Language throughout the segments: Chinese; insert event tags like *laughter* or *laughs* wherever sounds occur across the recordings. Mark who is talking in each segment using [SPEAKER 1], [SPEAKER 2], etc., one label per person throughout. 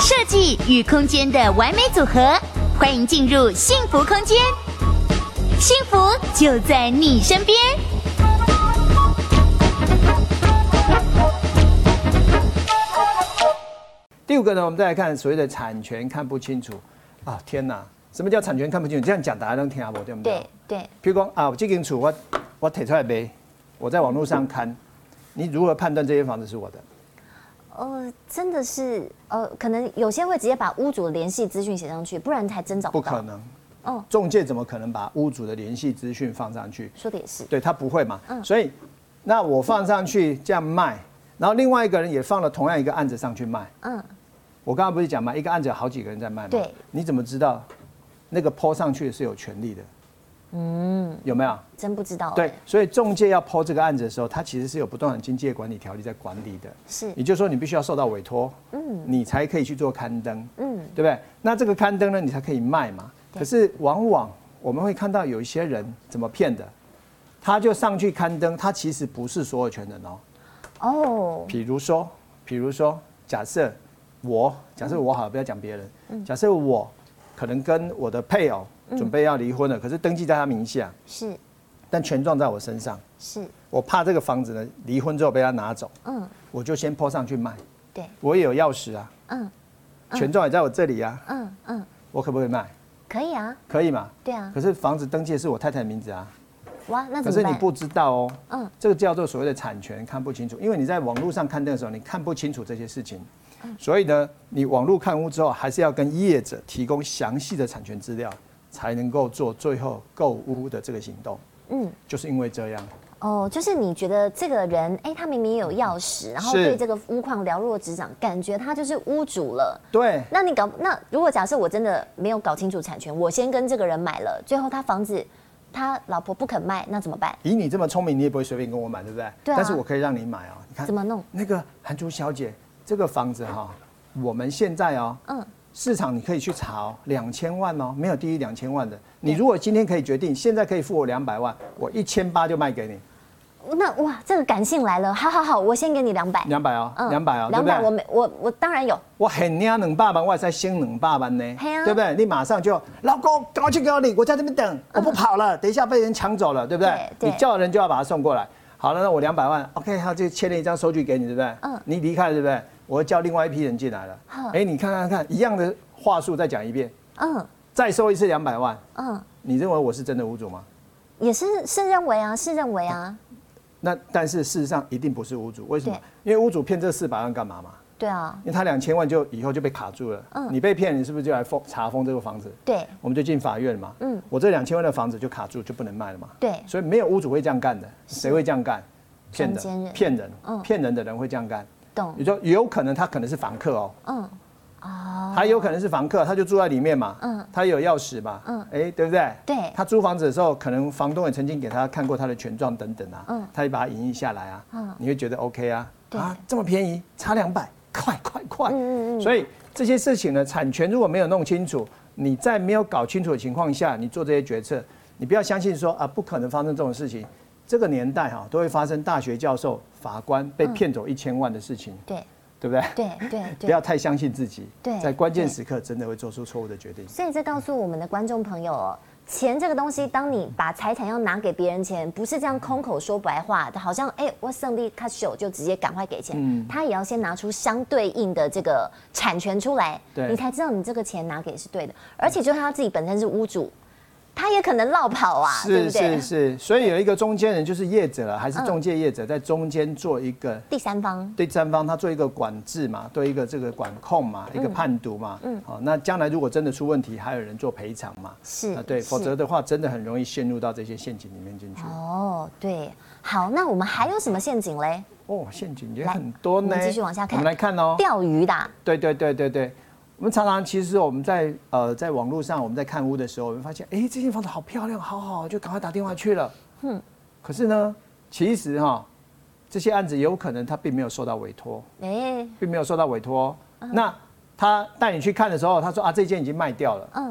[SPEAKER 1] 设计与空间的完美组合，欢迎进入幸福空间，幸福就在你身边。
[SPEAKER 2] 第五个呢，我们再来看所谓的产权看不清楚啊！天哪，什么叫产权看不清楚？这样讲大家都听下不对不对？
[SPEAKER 3] 对对，
[SPEAKER 2] 譬如讲啊，我这间厝我我提出来呗，我在网络上看，你如何判断这间房子是我的？
[SPEAKER 3] 呃，真的是呃，可能有些会直接把屋主的联系资讯写上去，不然还真找
[SPEAKER 2] 不
[SPEAKER 3] 到。
[SPEAKER 2] 可能，
[SPEAKER 3] 哦，
[SPEAKER 2] 中介怎么可能把屋主的联系资讯放上去？
[SPEAKER 3] 说的也是，
[SPEAKER 2] 对他不会嘛。
[SPEAKER 3] 嗯
[SPEAKER 2] 所以那我放上去这样卖，然后另外一个人也放了同样一个案子上去卖。
[SPEAKER 3] 嗯，
[SPEAKER 2] 我刚刚不是讲嘛，一个案子有好几个人在卖嘛。
[SPEAKER 3] 对。
[SPEAKER 2] 你怎么知道那个抛上去是有权利的？嗯，有没有？
[SPEAKER 3] 真不知道。
[SPEAKER 2] 对，，所以中介要抛这个案子的时候，他其实是有不动产经济管理条例在管理的。
[SPEAKER 3] 是
[SPEAKER 2] 也就是说，你必须要受到委托，嗯，你才可以去做刊登，
[SPEAKER 3] 嗯
[SPEAKER 2] 嗯，对不对？那这个刊登呢，你才可以卖嘛。可是往往我们会看到有一些人怎么骗的，他就上去刊登，他其实不是所有权人哦。
[SPEAKER 3] 哦，
[SPEAKER 2] 比如说，比如说，假设我，假设我好了，不要讲别人，
[SPEAKER 3] 嗯
[SPEAKER 2] 假设我可能跟我的配偶准备要离婚了，可是登记在他名下，
[SPEAKER 3] 是
[SPEAKER 2] 但权状在我身上，
[SPEAKER 3] 是，
[SPEAKER 2] 我怕这个房子呢离婚之后被他拿走，
[SPEAKER 3] 嗯，
[SPEAKER 2] 我就先抛上去卖。
[SPEAKER 3] 对，
[SPEAKER 2] 我也有钥匙啊，
[SPEAKER 3] 嗯
[SPEAKER 2] 权状也在我这里啊，
[SPEAKER 3] 嗯嗯，
[SPEAKER 2] 我可不可以卖？
[SPEAKER 3] 可以啊，
[SPEAKER 2] 可以嘛？
[SPEAKER 3] 对啊
[SPEAKER 2] 可是房子登记的是我太太的名字啊，
[SPEAKER 3] 哇，那
[SPEAKER 2] 可
[SPEAKER 3] 怎
[SPEAKER 2] 是
[SPEAKER 3] 么
[SPEAKER 2] 你
[SPEAKER 3] 办？
[SPEAKER 2] 不知道哦，
[SPEAKER 3] 嗯
[SPEAKER 2] 嗯，这个叫做所谓的产权看不清楚，因为你在网络上刊登的时候，你看不清楚这些事情，所以呢，你网络看屋之后，还是要跟业者提供详细的产权资料，才能够做最后购屋的这个行动。
[SPEAKER 3] 嗯
[SPEAKER 2] 嗯，就是因为这样，
[SPEAKER 3] 哦，就是你觉得这个人，哎、他明明也有钥匙，然后
[SPEAKER 2] 是
[SPEAKER 3] 对这个屋况了若指掌，感觉他就是屋主了。
[SPEAKER 2] 对，
[SPEAKER 3] 那你搞那如果假设我真的没有搞清楚产权，我先跟这个人买了，最后他房子他老婆不肯卖，那怎么办？
[SPEAKER 2] 以你这么聪明，你也不会随便跟我买，对不对？
[SPEAKER 3] 对啊
[SPEAKER 2] 但是我可以让你买哦、你看
[SPEAKER 3] 怎么弄？
[SPEAKER 2] 那个韩珠小姐，这个房子哈、我们现在哦、
[SPEAKER 3] 嗯
[SPEAKER 2] 市场你可以去查哦，两千万哦，没有低于两千万的。你如果今天可以决定，现在可以付我两百万，我一千八就卖给你，
[SPEAKER 3] 那哇，这个感性来了，好好好，我先给你两百，嗯
[SPEAKER 2] 两百哦，两百哦，对
[SPEAKER 3] 两
[SPEAKER 2] 不
[SPEAKER 3] 百我
[SPEAKER 2] 对？
[SPEAKER 3] 没我我当然有，
[SPEAKER 2] 我很娘两百万，我才先两百万呢，
[SPEAKER 3] 嘿啊
[SPEAKER 2] 对不对？你马上就老公，赶快去给我领，我在这边等，我不跑了，等一下被人抢走了，对不对？
[SPEAKER 3] 对对
[SPEAKER 2] 你叫人就要把他送过来。好了，那我两百万，OK，他就签了一张收据给你，对不对？
[SPEAKER 3] 嗯
[SPEAKER 2] 你离开了，对不对？我叫另外一批人进来了
[SPEAKER 3] 哼，
[SPEAKER 2] 哎，你看看看，一样的话术再讲一遍，
[SPEAKER 3] 嗯
[SPEAKER 2] 再收一次两百万，
[SPEAKER 3] 嗯，
[SPEAKER 2] 你认为我是真的屋主吗？
[SPEAKER 3] 也是是认为啊，是认为啊，
[SPEAKER 2] 那但是事实上一定不是屋主，为什么
[SPEAKER 3] 对？
[SPEAKER 2] 因为屋主骗这四百万干嘛嘛？
[SPEAKER 3] 对啊
[SPEAKER 2] 因，为他两千万就以后就被卡住了。
[SPEAKER 3] 嗯
[SPEAKER 2] 你被骗，你是不是就来封查封这个房子？
[SPEAKER 3] 对
[SPEAKER 2] 我们就进法院了嘛。
[SPEAKER 3] 嗯
[SPEAKER 2] 我这两千万的房子就卡住，就不能卖了嘛。
[SPEAKER 3] 对
[SPEAKER 2] 所以没有屋主会这样干的，谁会这样干？骗
[SPEAKER 3] 中间人
[SPEAKER 2] 人，骗人
[SPEAKER 3] 嗯，
[SPEAKER 2] 骗人的人会这样干。
[SPEAKER 3] 懂
[SPEAKER 2] 也，就有可能他可能是房客哦，
[SPEAKER 3] 嗯哦，
[SPEAKER 2] 他有可能是房客，他就住在里面嘛，
[SPEAKER 3] 嗯
[SPEAKER 2] 他有钥匙嘛，
[SPEAKER 3] 嗯
[SPEAKER 2] 嗯，哎，对不对？
[SPEAKER 3] 对
[SPEAKER 2] 他租房子的时候，可能房东也曾经给他看过他的权状等等啊，
[SPEAKER 3] 嗯
[SPEAKER 2] 嗯，他也把它影印下来啊，
[SPEAKER 3] 嗯
[SPEAKER 2] 嗯，你会觉得 OK 啊，
[SPEAKER 3] 对
[SPEAKER 2] 啊，这么便宜，差两百，快快快，
[SPEAKER 3] 嗯嗯嗯
[SPEAKER 2] 所以这些事情呢，产权如果没有弄清楚，你在没有搞清楚的情况下，你做这些决策，你不要相信说啊，不可能发生这种事情。这个年代哈、都会发生大学教授、法官被骗走一千万的事情，
[SPEAKER 3] 对
[SPEAKER 2] 对不对？
[SPEAKER 3] 嗯对对
[SPEAKER 2] 不要
[SPEAKER 3] 对，
[SPEAKER 2] 太相信自己，
[SPEAKER 3] 对
[SPEAKER 2] 在关键时刻真的会做出错误的决定。
[SPEAKER 3] 所以这告诉我们的观众朋友哦。钱这个东西，当你把财产要拿给别人前，不是这样空口说白话，好像哎、我胜利卡秀就直接赶快给钱，
[SPEAKER 2] 嗯
[SPEAKER 3] 他也要先拿出相对应的这个产权出来，
[SPEAKER 2] 对嗯
[SPEAKER 3] 你才知道你这个钱拿给是对的。而且就算他自己本身是屋主，他也可能落跑啊，对嗯
[SPEAKER 2] 是
[SPEAKER 3] 不对
[SPEAKER 2] 是？是，所以有一个中间人就是业者了，还是中介业者在中间做一个
[SPEAKER 3] 第三方
[SPEAKER 2] 对三方，他做一个管制嘛，对一个这个管控嘛，一个判读嘛，嗯，好，那将来如果真的出问题，还有人做赔偿嘛，
[SPEAKER 3] 是
[SPEAKER 2] 啊，对，
[SPEAKER 3] 是
[SPEAKER 2] 否则的话真的很容易陷入到这些陷阱里面进去。
[SPEAKER 3] 哦，对，好，那我们还有什么陷阱嘞？
[SPEAKER 2] 哦，陷阱也
[SPEAKER 3] 来
[SPEAKER 2] 很多
[SPEAKER 3] 我
[SPEAKER 2] 呢，
[SPEAKER 3] 们继续往下看
[SPEAKER 2] 我们来看哦，
[SPEAKER 3] 钓鱼的啊、
[SPEAKER 2] 对对对对对，我们常常其实我们在呃在网络上我们在看屋的时候，我们发现哎、这间房子好漂亮，好好，就赶快打电话去了。嗯，可是呢，其实哈、这些案子有可能他并没有受到委托，
[SPEAKER 3] 哎、
[SPEAKER 2] 并没有受到委托。哦
[SPEAKER 3] 嗯
[SPEAKER 2] 那他带你去看的时候，他说啊这间已经卖掉了，
[SPEAKER 3] 嗯，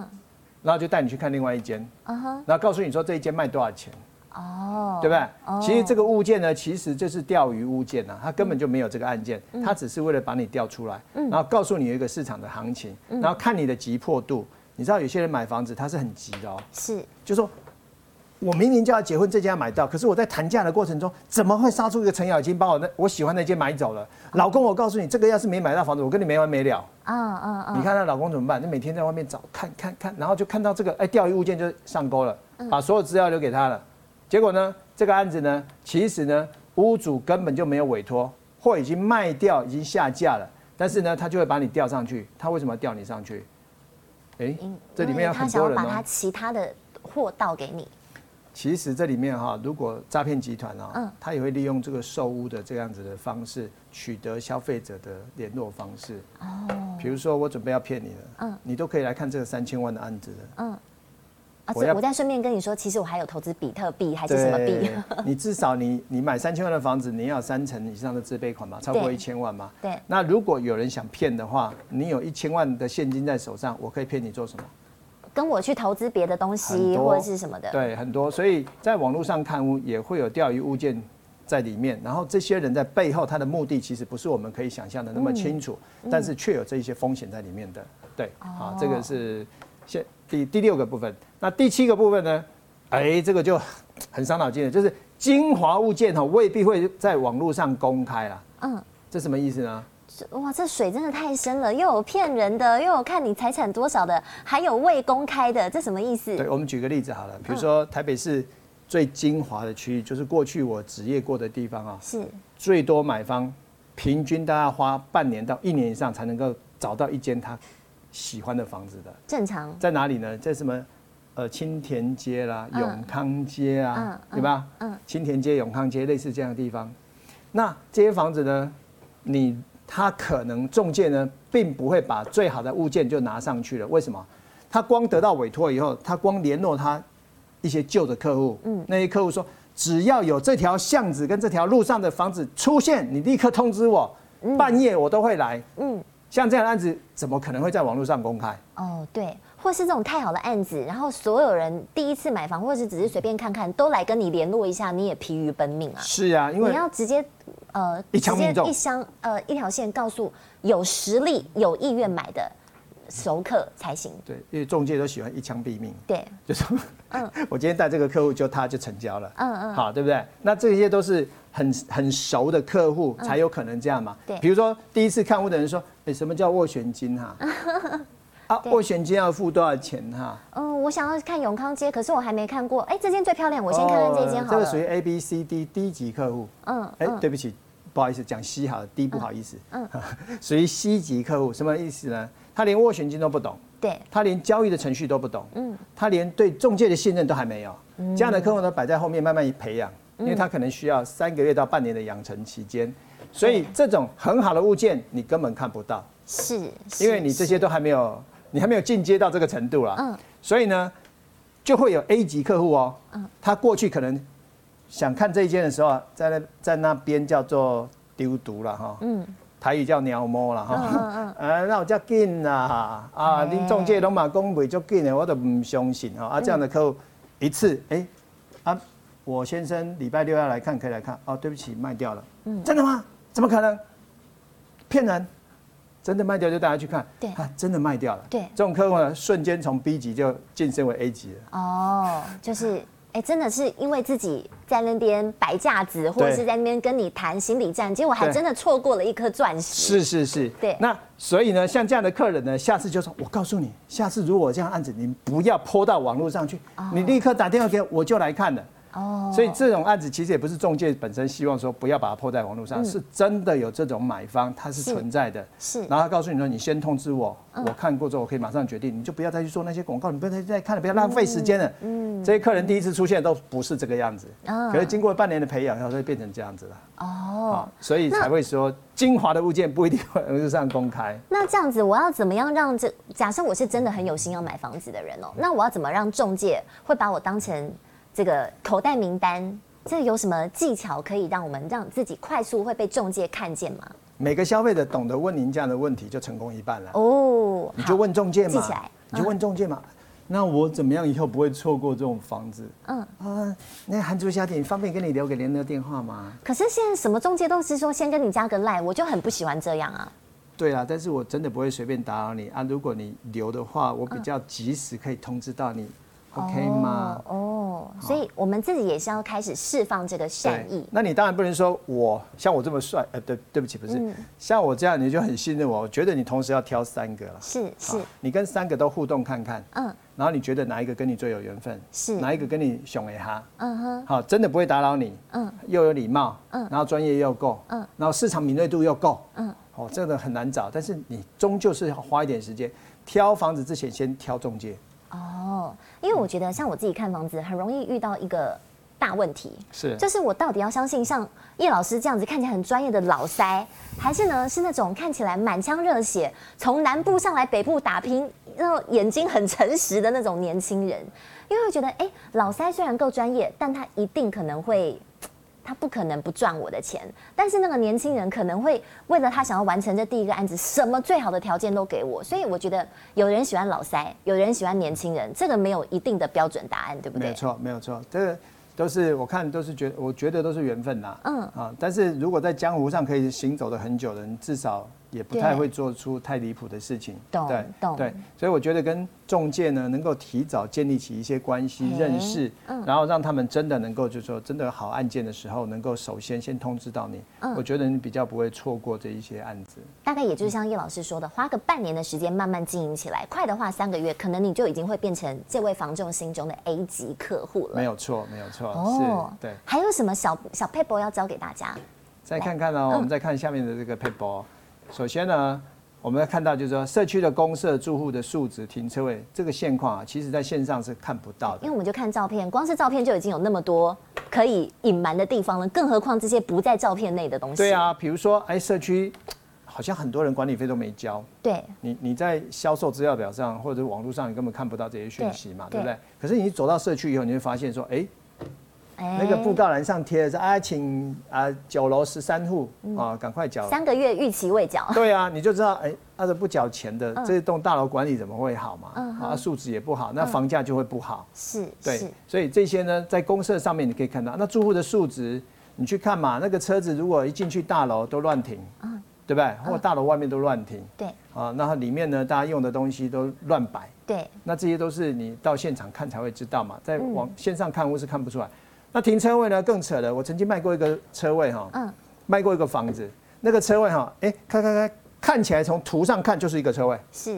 [SPEAKER 2] 然后就带你去看另外一间，
[SPEAKER 3] 嗯哼，
[SPEAKER 2] 然后告诉你说这一间卖多少钱。
[SPEAKER 3] 哦，
[SPEAKER 2] 对不对？其实这个物件呢，其实就是钓鱼物件啊呐，它根本就没有这个案件，
[SPEAKER 3] 嗯
[SPEAKER 2] 它只是为了把你调出来，然后告诉你有一个市场的行情，
[SPEAKER 3] 嗯
[SPEAKER 2] 然后看你的急迫度。你知道有些人买房子他是很急的哦，
[SPEAKER 3] 是
[SPEAKER 2] 就说我明年就要结婚，这家买到，可是我在谈价的过程中，怎么会杀出一个程咬金，把我那我喜欢那间买走了？老公，我告诉你，这个要是没买到房子，我跟你没完没了。
[SPEAKER 3] 啊啊啊，
[SPEAKER 2] 你看她老公怎么办？就每天在外面找，看看看，然后就看到这个，哎，钓鱼物件就上钩了，
[SPEAKER 3] 嗯
[SPEAKER 2] 把所有资料留给他了。结果呢，这个案子呢，其实呢，屋主根本就没有委托，货已经卖掉，已经下架了，但是呢，他就会把你调上去。他为什么要调你上去？哎
[SPEAKER 3] 因，
[SPEAKER 2] 这里
[SPEAKER 3] 因为
[SPEAKER 2] 面有
[SPEAKER 3] 他
[SPEAKER 2] 很
[SPEAKER 3] 想
[SPEAKER 2] 多
[SPEAKER 3] 要
[SPEAKER 2] 人
[SPEAKER 3] 把
[SPEAKER 2] 哦
[SPEAKER 3] 他。其他的货倒给你，
[SPEAKER 2] 其实这里面哈、如果诈骗集团啊、
[SPEAKER 3] 嗯
[SPEAKER 2] 他也会利用这个售屋的这样子的方式，取得消费者的联络方式。哦。比如说，我准备要骗你了，嗯，你都可以来看这个三千万的案子了。
[SPEAKER 3] 啊，
[SPEAKER 2] 我
[SPEAKER 3] 这
[SPEAKER 2] 要
[SPEAKER 3] 我再顺便跟你说，其实我还有投资比特币还是
[SPEAKER 2] 对，
[SPEAKER 3] 什么币，
[SPEAKER 2] *laughs*
[SPEAKER 3] *laughs*
[SPEAKER 2] 你至少你你买三千万的房子，你要有三成以上的自备款嘛，超过
[SPEAKER 3] 对
[SPEAKER 2] 一千万嘛。
[SPEAKER 3] 对
[SPEAKER 2] 那如果有人想骗的话，你有一千万的现金在手上，我可以骗你做什么？
[SPEAKER 3] 跟我去投资别的东
[SPEAKER 2] 很
[SPEAKER 3] 西
[SPEAKER 2] 多
[SPEAKER 3] 或者是什么的，
[SPEAKER 2] 对，很多，所以在网络上看屋也会有钓鱼物件在里面，然后这些人在背后他的目的其实不是我们可以想象的那么清楚，但是却有这一些风险在里面的。对，好、这个是现第第六个部分。那第七个部分呢？哎，这个就很伤脑筋了，就是精华物件哈、未必会在网络上公开啦。
[SPEAKER 3] 嗯
[SPEAKER 2] 嗯，这什么意思呢？
[SPEAKER 3] 这哇，这水真的太深了，又有骗人的，又有看你财产多少的，还有未公开的，这什么意思？
[SPEAKER 2] 对，我们举个例子好了，比如说台北市最精华的区域，就是过去我职业过的地方啊。
[SPEAKER 3] 是
[SPEAKER 2] 最多买方平均大概花半年到一年以上才能够找到一间他喜欢的房子的，
[SPEAKER 3] 正常，
[SPEAKER 2] 在哪里呢？在什么？呃，青田街啦、
[SPEAKER 3] 嗯
[SPEAKER 2] 永康街啊
[SPEAKER 3] 嗯，嗯
[SPEAKER 2] 对吧？
[SPEAKER 3] 嗯
[SPEAKER 2] 青田街、永康街类似这样的地方，那这些房子呢，你他可能中介呢，并不会把最好的物件就拿上去了。为什么？他光得到委托以后，他光联络他一些旧的客户，嗯，那些客户说，只要有这条巷子跟这条路上的房子出现，你立刻通知我，半夜我都会来。
[SPEAKER 3] 嗯，
[SPEAKER 2] 像这样的案子，怎么可能会在网络上公开？
[SPEAKER 3] 哦，对，或是这种太好的案子，然后所有人第一次买房，或者是只是随便看看，都来跟你联络一下，你也疲于奔命啊。
[SPEAKER 2] 是啊，因为
[SPEAKER 3] 你要直接呃，
[SPEAKER 2] 一枪
[SPEAKER 3] 直接
[SPEAKER 2] 命中
[SPEAKER 3] 一箱呃一条线告诉有实力、有意愿买的熟客才行。
[SPEAKER 2] 对，因为中介都喜欢一枪毙命。 *laughs*
[SPEAKER 3] 对，
[SPEAKER 2] 就说， *laughs* 我今天带这个客户，就他就成交了，
[SPEAKER 3] 嗯嗯
[SPEAKER 2] 好，对不对？那这些都是很很熟的客户才有可能这样嘛。
[SPEAKER 3] 嗯对
[SPEAKER 2] 比如说第一次看屋的人说，哎，什么叫斡旋金哈？
[SPEAKER 3] *laughs*
[SPEAKER 2] 啊，斡旋金要付多少钱啊哈？
[SPEAKER 3] 嗯，我想要看永康街，可是我还没看过。哎，这间最漂亮，我先看看这间
[SPEAKER 2] 哦
[SPEAKER 3] 好
[SPEAKER 2] 这
[SPEAKER 3] 了。
[SPEAKER 2] 个属于 A B C D 低级客户。
[SPEAKER 3] 嗯
[SPEAKER 2] 哎，对不起，不好意思，讲 C 好了，D 不好意思，嗯， *laughs* 属于 C 级客户，什么意思呢？他连斡旋金都不懂，
[SPEAKER 3] 对，
[SPEAKER 2] 他连交易的程序都不懂，嗯，他连对中介的信任都还没有，这样的客户呢摆在后面慢慢培养，因为他可能需要三个月到半年的养成期间，所以这种很好的物件你根本看不到，
[SPEAKER 3] 是，是
[SPEAKER 2] 因为你这些
[SPEAKER 3] 是
[SPEAKER 2] 都还没有，你还没有进阶到这个程度啦，
[SPEAKER 3] 嗯
[SPEAKER 2] 所以呢就会有 A 级客户哦，他过去可能想看这一间的时候啊，在那在那边叫做丢毒了哈，
[SPEAKER 3] 嗯
[SPEAKER 2] 台语叫鸟摸啦哈， *laughs* 呃，那我叫紧啦，啊，
[SPEAKER 3] 哎
[SPEAKER 2] 林中介拢嘛讲袂足紧的，我都唔相信哈。啊，这样的客户一次，哎，啊，我先生礼拜六要来看，可以来看。哦，对不起，卖掉了。
[SPEAKER 3] 嗯
[SPEAKER 2] 真的吗？怎么可能？骗人！真的卖掉就大家去看，
[SPEAKER 3] 对
[SPEAKER 2] 啊，真的卖掉了。
[SPEAKER 3] 对
[SPEAKER 2] 这种客户呢，瞬间从 B 级就晋升为 A 级了。
[SPEAKER 3] 哦，就是哎，真的是因为自己在那边摆架子，或者
[SPEAKER 2] 对
[SPEAKER 3] 是在那边跟你谈心理战，结果还
[SPEAKER 2] 对
[SPEAKER 3] 真的错过了一颗钻石。
[SPEAKER 2] 是是是，
[SPEAKER 3] 对
[SPEAKER 2] 那所以呢，像这样的客人呢，下次就说，我告诉你，下次如果有这样案子，你不要泼到网络上去，你立刻打电话给我，我就来看了。
[SPEAKER 3] 哦，
[SPEAKER 2] 所以这种案子其实也不是中介本身希望说不要把它泼在网络上，是真的有这种买方，它是
[SPEAKER 3] 嗯是
[SPEAKER 2] 存在的。
[SPEAKER 3] 是
[SPEAKER 2] 然后他告诉你说，你先通知我，
[SPEAKER 3] 嗯
[SPEAKER 2] 我看过之后，我可以马上决定，你就不要再去做那些广告，你不要再再看了，不要浪费时间了。嗯，这些客人第一次出现都不是这个样子，
[SPEAKER 3] 啊
[SPEAKER 2] 可是经过半年的培养，他就变成这样子了。
[SPEAKER 3] 哦
[SPEAKER 2] 啊，，所以才会说精华的物件不一定会在网络上公开。
[SPEAKER 3] 那这样子，我要怎么样让这？假设我是真的很有心要买房子的人哦、那我要怎么让中介会把我当成这个口袋名单？这有什么技巧可以让我们让自己快速会被中介看见吗？
[SPEAKER 2] 每个消费者懂得问您这样的问题，就成功一半了。
[SPEAKER 3] 哦，
[SPEAKER 2] 你就问中介嘛，
[SPEAKER 3] 记起来嗯
[SPEAKER 2] 你就问中介嘛。那我怎么样以后不会错过这种房子？
[SPEAKER 3] 嗯，
[SPEAKER 2] 啊，那韩珠小姐，你方便跟你留个联络电话吗？
[SPEAKER 3] 可是现在什么中介都是说先跟你加个赖，我就很不喜欢这样啊。
[SPEAKER 2] 对啊，但是我真的不会随便打扰你啊。如果你留的话，我比较及时可以通知到你、o k 吗？
[SPEAKER 3] 哦，哦所以我们自己也是要开始释放这个善
[SPEAKER 2] 对
[SPEAKER 3] 意。
[SPEAKER 2] 那你当然不能说我像我这么帅，呃，对，对不起，不是、像我这样你就很信任我。我觉得你同时要挑三个了，
[SPEAKER 3] 是是
[SPEAKER 2] 好，你跟三个都互动看看，
[SPEAKER 3] 嗯
[SPEAKER 2] 然后你觉得哪一个跟你最有缘分？
[SPEAKER 3] 是
[SPEAKER 2] 哪一个跟你熊哎哈？
[SPEAKER 3] 嗯哼，
[SPEAKER 2] 好，真的不会打扰你，
[SPEAKER 3] 嗯，
[SPEAKER 2] 又有礼貌，嗯，然后专业又够，嗯，然后市场敏锐度又够，嗯，哦，这个很难找，但是你终究是要花一点时间挑房子之前，先挑中介，
[SPEAKER 3] 哦，因为我觉得像我自己看房子，很容易遇到一个大问题，
[SPEAKER 2] 是
[SPEAKER 3] 就是我到底要相信像叶老师这样子看起来很专业的老塞，还是呢是那种看起来满腔热血，从南部上来北部打拼，然后眼睛很诚实的那种年轻人？因为我觉得，哎，老塞虽然够专业，但他一定可能会。他不可能不赚我的钱，但是那个年轻人可能会为了他想要完成这第一个案子，什么最好的条件都给我，所以我觉得有人喜欢老塞，有人喜欢年轻人，这个没有一定的标准答案，对不
[SPEAKER 2] 没
[SPEAKER 3] 对？
[SPEAKER 2] 有错，没有错，这个都是我看都是觉我觉得都是缘分啦，
[SPEAKER 3] 嗯
[SPEAKER 2] 啊，但是如果在江湖上可以行走的很久的人，至少也不太
[SPEAKER 3] 对
[SPEAKER 2] 会做出太离谱的事情，
[SPEAKER 3] 懂
[SPEAKER 2] 对
[SPEAKER 3] 懂
[SPEAKER 2] 对，所以我觉得跟中介呢能够提早建立起一些关系
[SPEAKER 3] 嘿嗯
[SPEAKER 2] 认识，然后让他们真的能够就是说真的有好案件的时候，能够首先先通知到你，
[SPEAKER 3] 嗯
[SPEAKER 2] 我觉得你比较不会错过这一些案子，
[SPEAKER 3] 大概也就是
[SPEAKER 2] 嗯
[SPEAKER 3] 像叶老师说的，花个半年的时间慢慢经营起来，快的话三个月，可能你就已经会变成这位房仲心中的 A 级客户了。
[SPEAKER 2] 没有错，没有错，
[SPEAKER 3] 哦
[SPEAKER 2] 是，对。
[SPEAKER 3] 还有什么小小 paper 要教给大家？
[SPEAKER 2] 再看看呢、
[SPEAKER 3] 嗯
[SPEAKER 2] 我们再看下面的这个 paper。首哦先呢，我们要看到就是说，社区的公社住户的数值、停车位这个现况啊，其实在线上是看不到
[SPEAKER 3] 因为
[SPEAKER 2] 的。
[SPEAKER 3] 我们就看照片，光是照片就已经有那么多可以隐瞒的地方了，更何况这些不在照片内的东西。
[SPEAKER 2] 对，啊，比如说，哎，社区好像很多人管理费都没交，
[SPEAKER 3] 对，
[SPEAKER 2] 你你在销售资料表上或者网络上，你根本看不到这些讯息嘛，
[SPEAKER 3] 对
[SPEAKER 2] 对不对？可是你走到社区以后，你会发现说，哎，
[SPEAKER 3] 哎
[SPEAKER 2] 那个布告栏上贴的是啊，请啊九楼十三户
[SPEAKER 3] 嗯
[SPEAKER 2] 啊，赶快缴
[SPEAKER 3] 三个月逾期未缴，
[SPEAKER 2] *laughs* 对啊，你就知道，哎、他是不缴钱的，
[SPEAKER 3] 嗯
[SPEAKER 2] 这栋大楼管理怎么会好嘛？啊，素质也不好，那房价就会不好。
[SPEAKER 3] 是
[SPEAKER 2] 对
[SPEAKER 3] 嗯是，，
[SPEAKER 2] 所以这些呢，在公社上面你可以看到，那住户的素质，你去看嘛，那个车子如果一进去大楼都乱停，对不对？或大楼外面都乱停，
[SPEAKER 3] 嗯对
[SPEAKER 2] 啊，那里面呢，大家用的东西都乱摆，
[SPEAKER 3] 对，
[SPEAKER 2] 那这些都是你到现场看才会知道嘛，在
[SPEAKER 3] 嗯
[SPEAKER 2] 网线上看屋是看不出来。那停车位呢更扯了，我曾经卖过一个车位哈，
[SPEAKER 3] 嗯
[SPEAKER 2] 卖过一个房子，那个车位哈，哎、开开开，看起来从图上看就是一个车位，
[SPEAKER 3] 是。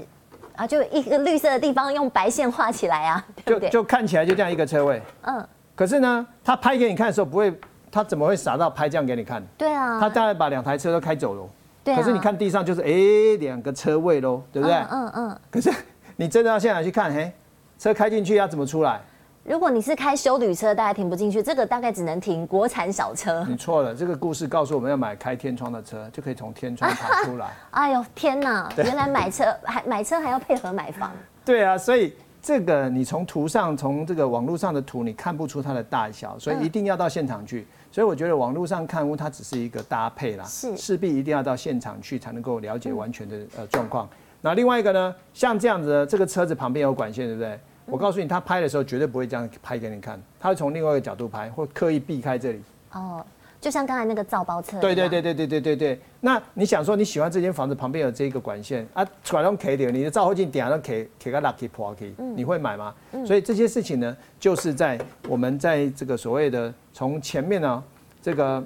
[SPEAKER 3] 啊，就一个绿色的地方用白线画起来啊，对不
[SPEAKER 2] 就
[SPEAKER 3] 对？
[SPEAKER 2] 就看起来就这样一个车位，
[SPEAKER 3] 嗯，
[SPEAKER 2] 可是呢，他拍给你看的时候不会，他怎么会傻到拍这样给你看？
[SPEAKER 3] 对啊，
[SPEAKER 2] 他大概把两台车都开走了，
[SPEAKER 3] 对啊
[SPEAKER 2] 可是你看地上就是哎两、个车位喽，对不对？
[SPEAKER 3] 嗯嗯嗯，
[SPEAKER 2] 可是你真的要现场去看，嘿，车开进去要怎么出来？
[SPEAKER 3] 如果你是开修旅车，大概停不进去，这个大概只能停国产小车。
[SPEAKER 2] 你错了，这个故事告诉我们要买开天窗的车，就可以从天窗跑出来。
[SPEAKER 3] 哎呦天
[SPEAKER 2] *laughs*
[SPEAKER 3] 哪！原来买车还买车还要配合买房，
[SPEAKER 2] 对啊，所以这个你从图上、从这个网络上的图，你看不出它的大小，所以一定要到现场去。所以我觉得网络上看屋它只是一个搭配啦，
[SPEAKER 3] 是
[SPEAKER 2] 势必一定要到现场去才能够了解完全的呃状况。那另外一个呢，像这样子的，这个车子旁边有管线，对不对？我告诉你，他拍的时候绝对不会这样拍给你看，他会从另外一个角度拍，或刻意避开这里。
[SPEAKER 3] 哦，就像刚才那个造包车，
[SPEAKER 2] 嗯对对对，对对对对对。那你想说你喜欢这间房子旁边有这个管线啊，管拢 K 掉，你的照后镜顶上 K K 个 lucky p o c k y 你会买吗？所以这些事情呢，就是在我们在这个所谓的从前面呢、这个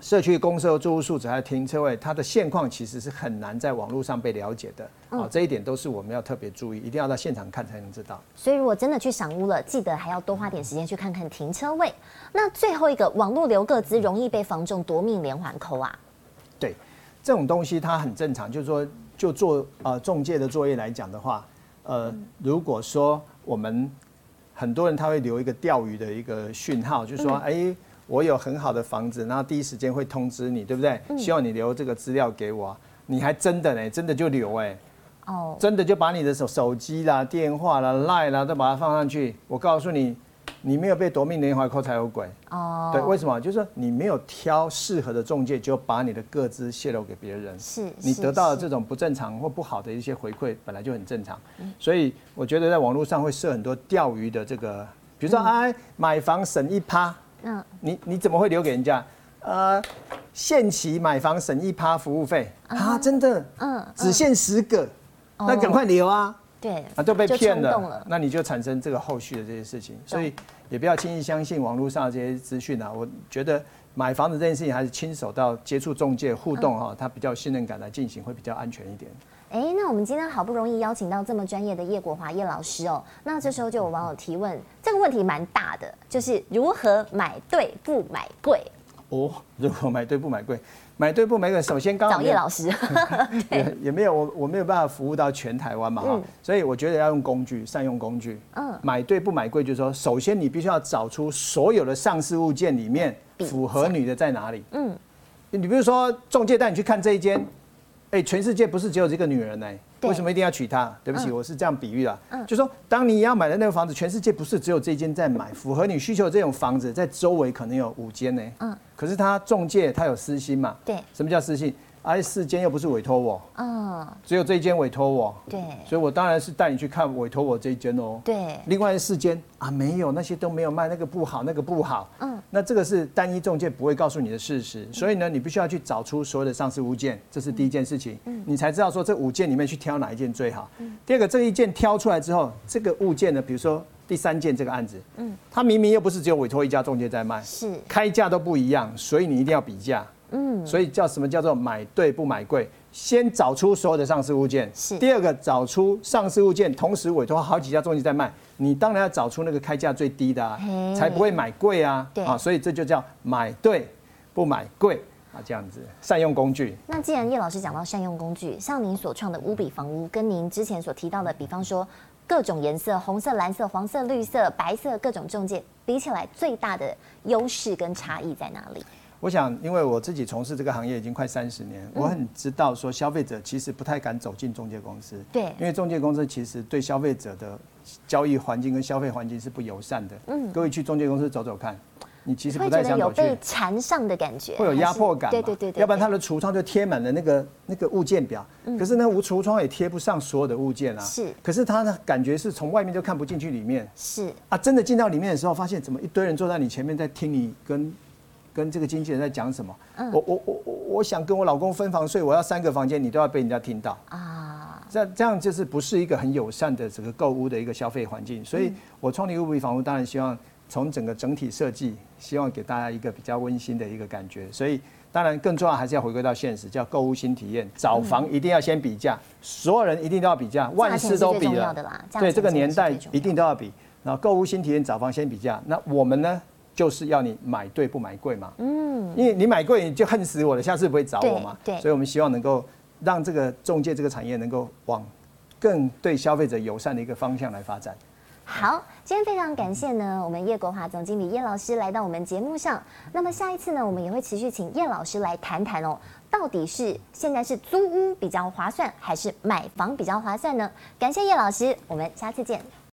[SPEAKER 2] 社区公社住户素质还有停车位，它的现况其实是很难在网络上被了解的。啊、这一点都是我们要特别注意，一定要到现场看才能知道。
[SPEAKER 3] 所以如果真的去赏屋了，记得还要多花点时间去看看停车位。那最后一个，网络留个资容易被房仲夺命连环扣啊，
[SPEAKER 2] 对，这种东西它很正常，就是说，就做呃中介的作业来讲的话，呃，如果说我们很多人他会留一个钓鱼的一个讯号，就是说，哎、我有很好的房子，然后第一时间会通知你，对不对？希望你留这个资料给我啊，你还真的呢，真的就留哎、
[SPEAKER 3] 哦，
[SPEAKER 2] 真的就把你的手手机啦、电话啦、赖啦都把它放上去。我告诉你，你没有被夺命连环扣才有鬼。
[SPEAKER 3] 哦，
[SPEAKER 2] 对，为什么？就是说你没有挑适合的中介，就把你的个资泄露给别人。
[SPEAKER 3] 是
[SPEAKER 2] 你
[SPEAKER 3] 是
[SPEAKER 2] 得到的
[SPEAKER 3] 是
[SPEAKER 2] 这种不正常或不好的一些回馈，本来就很正常。
[SPEAKER 3] 嗯
[SPEAKER 2] 所以我觉得在网络上会设很多钓鱼的这个，比如说哎、买房省一趴，
[SPEAKER 3] 嗯，
[SPEAKER 2] 你你怎么会留给人家？呃，限期买房省一趴服务费啊，真的，
[SPEAKER 3] 嗯哦
[SPEAKER 2] 嗯，只限十个，那赶快留啊。
[SPEAKER 3] 对，
[SPEAKER 2] 啊，就被骗
[SPEAKER 3] 就冲动
[SPEAKER 2] 了
[SPEAKER 3] 了，
[SPEAKER 2] 那你就产生这个后续的这些事情，所以也不要轻易相信网络上的这些资讯啊。我觉得买房子这件事情还是亲手到接触中介互动哈、他比较有信任感来进行会比较安全一点。
[SPEAKER 3] 哎，那我们今天好不容易邀请到这么专业的叶国华叶老师哦，那这时候就有网友提问，这个问题蛮大的，就是如何买对不买贵？
[SPEAKER 2] 哦，如果买对不买贵，买对不买贵，首先刚
[SPEAKER 3] 找
[SPEAKER 2] 好
[SPEAKER 3] 叶
[SPEAKER 2] *laughs*
[SPEAKER 3] 老师，
[SPEAKER 2] 也也没有我我没有办法服务到全台湾嘛哈、所以我觉得要用工具，善用工具。嗯，买对不买贵，就是说，首先你必须要找出所有的上市物件里面符合你的在哪里。嗯，你比如说中介带你去看这一间，哎、全世界不是只有这个女人呢、
[SPEAKER 3] 对嗯
[SPEAKER 2] 为什么一定要娶她？对不起，我是这样比喻啦。就说当你要买的那个房子，全世界不是只有这间在买，符合你需求的这种房子，在周围可能有五间呢。嗯，可是他中介他有私心嘛？
[SPEAKER 3] 对
[SPEAKER 2] 什么叫私信？哎，四间又不是委托我，
[SPEAKER 3] 嗯，
[SPEAKER 2] 只有这一间委托我，
[SPEAKER 3] 对
[SPEAKER 2] 所以我当然是带你去看委托我这一间哦。
[SPEAKER 3] 对
[SPEAKER 2] 另外四间啊，没有那些都没有卖，那个不好，那个不好。嗯，那这个是单一中介不会告诉你的事实，所以呢，你必须要去找出所有的上市物件，这是第一件事情，你才知道说这五件里面去挑哪一件最好。第二个，这一件挑出来之后，这个物件呢，比如说第三件这个案子，嗯，它明明又不是只有委托一家中介在卖，
[SPEAKER 3] 是
[SPEAKER 2] 开价都不一样，所以你一定要比价。嗯，所以叫什么叫做买对不买贵？先找出所有的上市物件，
[SPEAKER 3] 是
[SPEAKER 2] 第二个找出上市物件，同时委托好几家中介在卖，你当然要找出那个开价最低的啊
[SPEAKER 3] 嘿，
[SPEAKER 2] 才不会买贵啊。
[SPEAKER 3] 对
[SPEAKER 2] 啊，所以这就叫买对不买贵啊，这样子善用工具。
[SPEAKER 3] 那既然叶老师讲到善用工具，像您所创的屋比房屋，跟您之前所提到的，比方说各种颜色，红色、蓝色、黄色、绿色、白色，各种中介比起来，最大的优势跟差异在哪里？
[SPEAKER 2] 我想，因为我自己从事这个行业已经快三十年，
[SPEAKER 3] 嗯
[SPEAKER 2] 我很知道说消费者其实不太敢走进中介公司，
[SPEAKER 3] 对
[SPEAKER 2] 因为中介公司其实对消费者的交易环境跟消费环境是不友善的。嗯，各位去中介公司走走看，你其实
[SPEAKER 3] 会
[SPEAKER 2] 不
[SPEAKER 3] 觉
[SPEAKER 2] 太
[SPEAKER 3] 得
[SPEAKER 2] 想
[SPEAKER 3] 有
[SPEAKER 2] 走去
[SPEAKER 3] 被，缠上的感觉，
[SPEAKER 2] 会有压迫感
[SPEAKER 3] 还
[SPEAKER 2] 嘛。
[SPEAKER 3] 是对对对对，嗯
[SPEAKER 2] 要不然他的橱窗就贴满了那个那个物件表，可是呢，无橱窗也贴不上所有的物件啊。
[SPEAKER 3] 是
[SPEAKER 2] 可是他的感觉是从外面就看不进去里面。
[SPEAKER 3] 是
[SPEAKER 2] 啊，真的进到里面的时候，发现怎么一堆人坐在你前面在听你跟跟这个经纪人在讲什么。
[SPEAKER 3] 嗯
[SPEAKER 2] 我我我我我想跟我老公分房睡，我要三个房间，你都要被人家听到。
[SPEAKER 3] 啊，
[SPEAKER 2] 这这样就是不是一个很友善的整个购物的一个消费环境。所
[SPEAKER 3] 嗯
[SPEAKER 2] 以我创立物比房屋，当然希望从整个整体设计，希望给大家一个比较温馨的一个感觉。所以当然更重要还是要回归到现实，叫购物新体验。找房一定要先比价，所有人一定都要比价，万事都
[SPEAKER 3] 嗯价钱是最
[SPEAKER 2] 比啊
[SPEAKER 3] 重要
[SPEAKER 2] 了
[SPEAKER 3] 的啦。价
[SPEAKER 2] 对
[SPEAKER 3] 钱
[SPEAKER 2] 这个
[SPEAKER 3] 真的
[SPEAKER 2] 年
[SPEAKER 3] 是
[SPEAKER 2] 代
[SPEAKER 3] 最重要
[SPEAKER 2] 一定都要比。然后购物新体验找房先比价，那我们呢就是要你买对不买贵嘛。嗯，因为你买贵你就恨死我了，下次不会找我嘛。
[SPEAKER 3] 对对
[SPEAKER 2] 所以我们希望能够让这个中介这个产业能够往更对消费者友善的一个方向来发展。
[SPEAKER 3] 好，今天非常感谢呢，我们叶国华总经理叶老师来到我们节目上。那么下一次呢，我们也会持续请叶老师来谈谈哦，到底是现在是租屋比较划算，还是买房比较划算呢？感谢叶老师，我们下次见。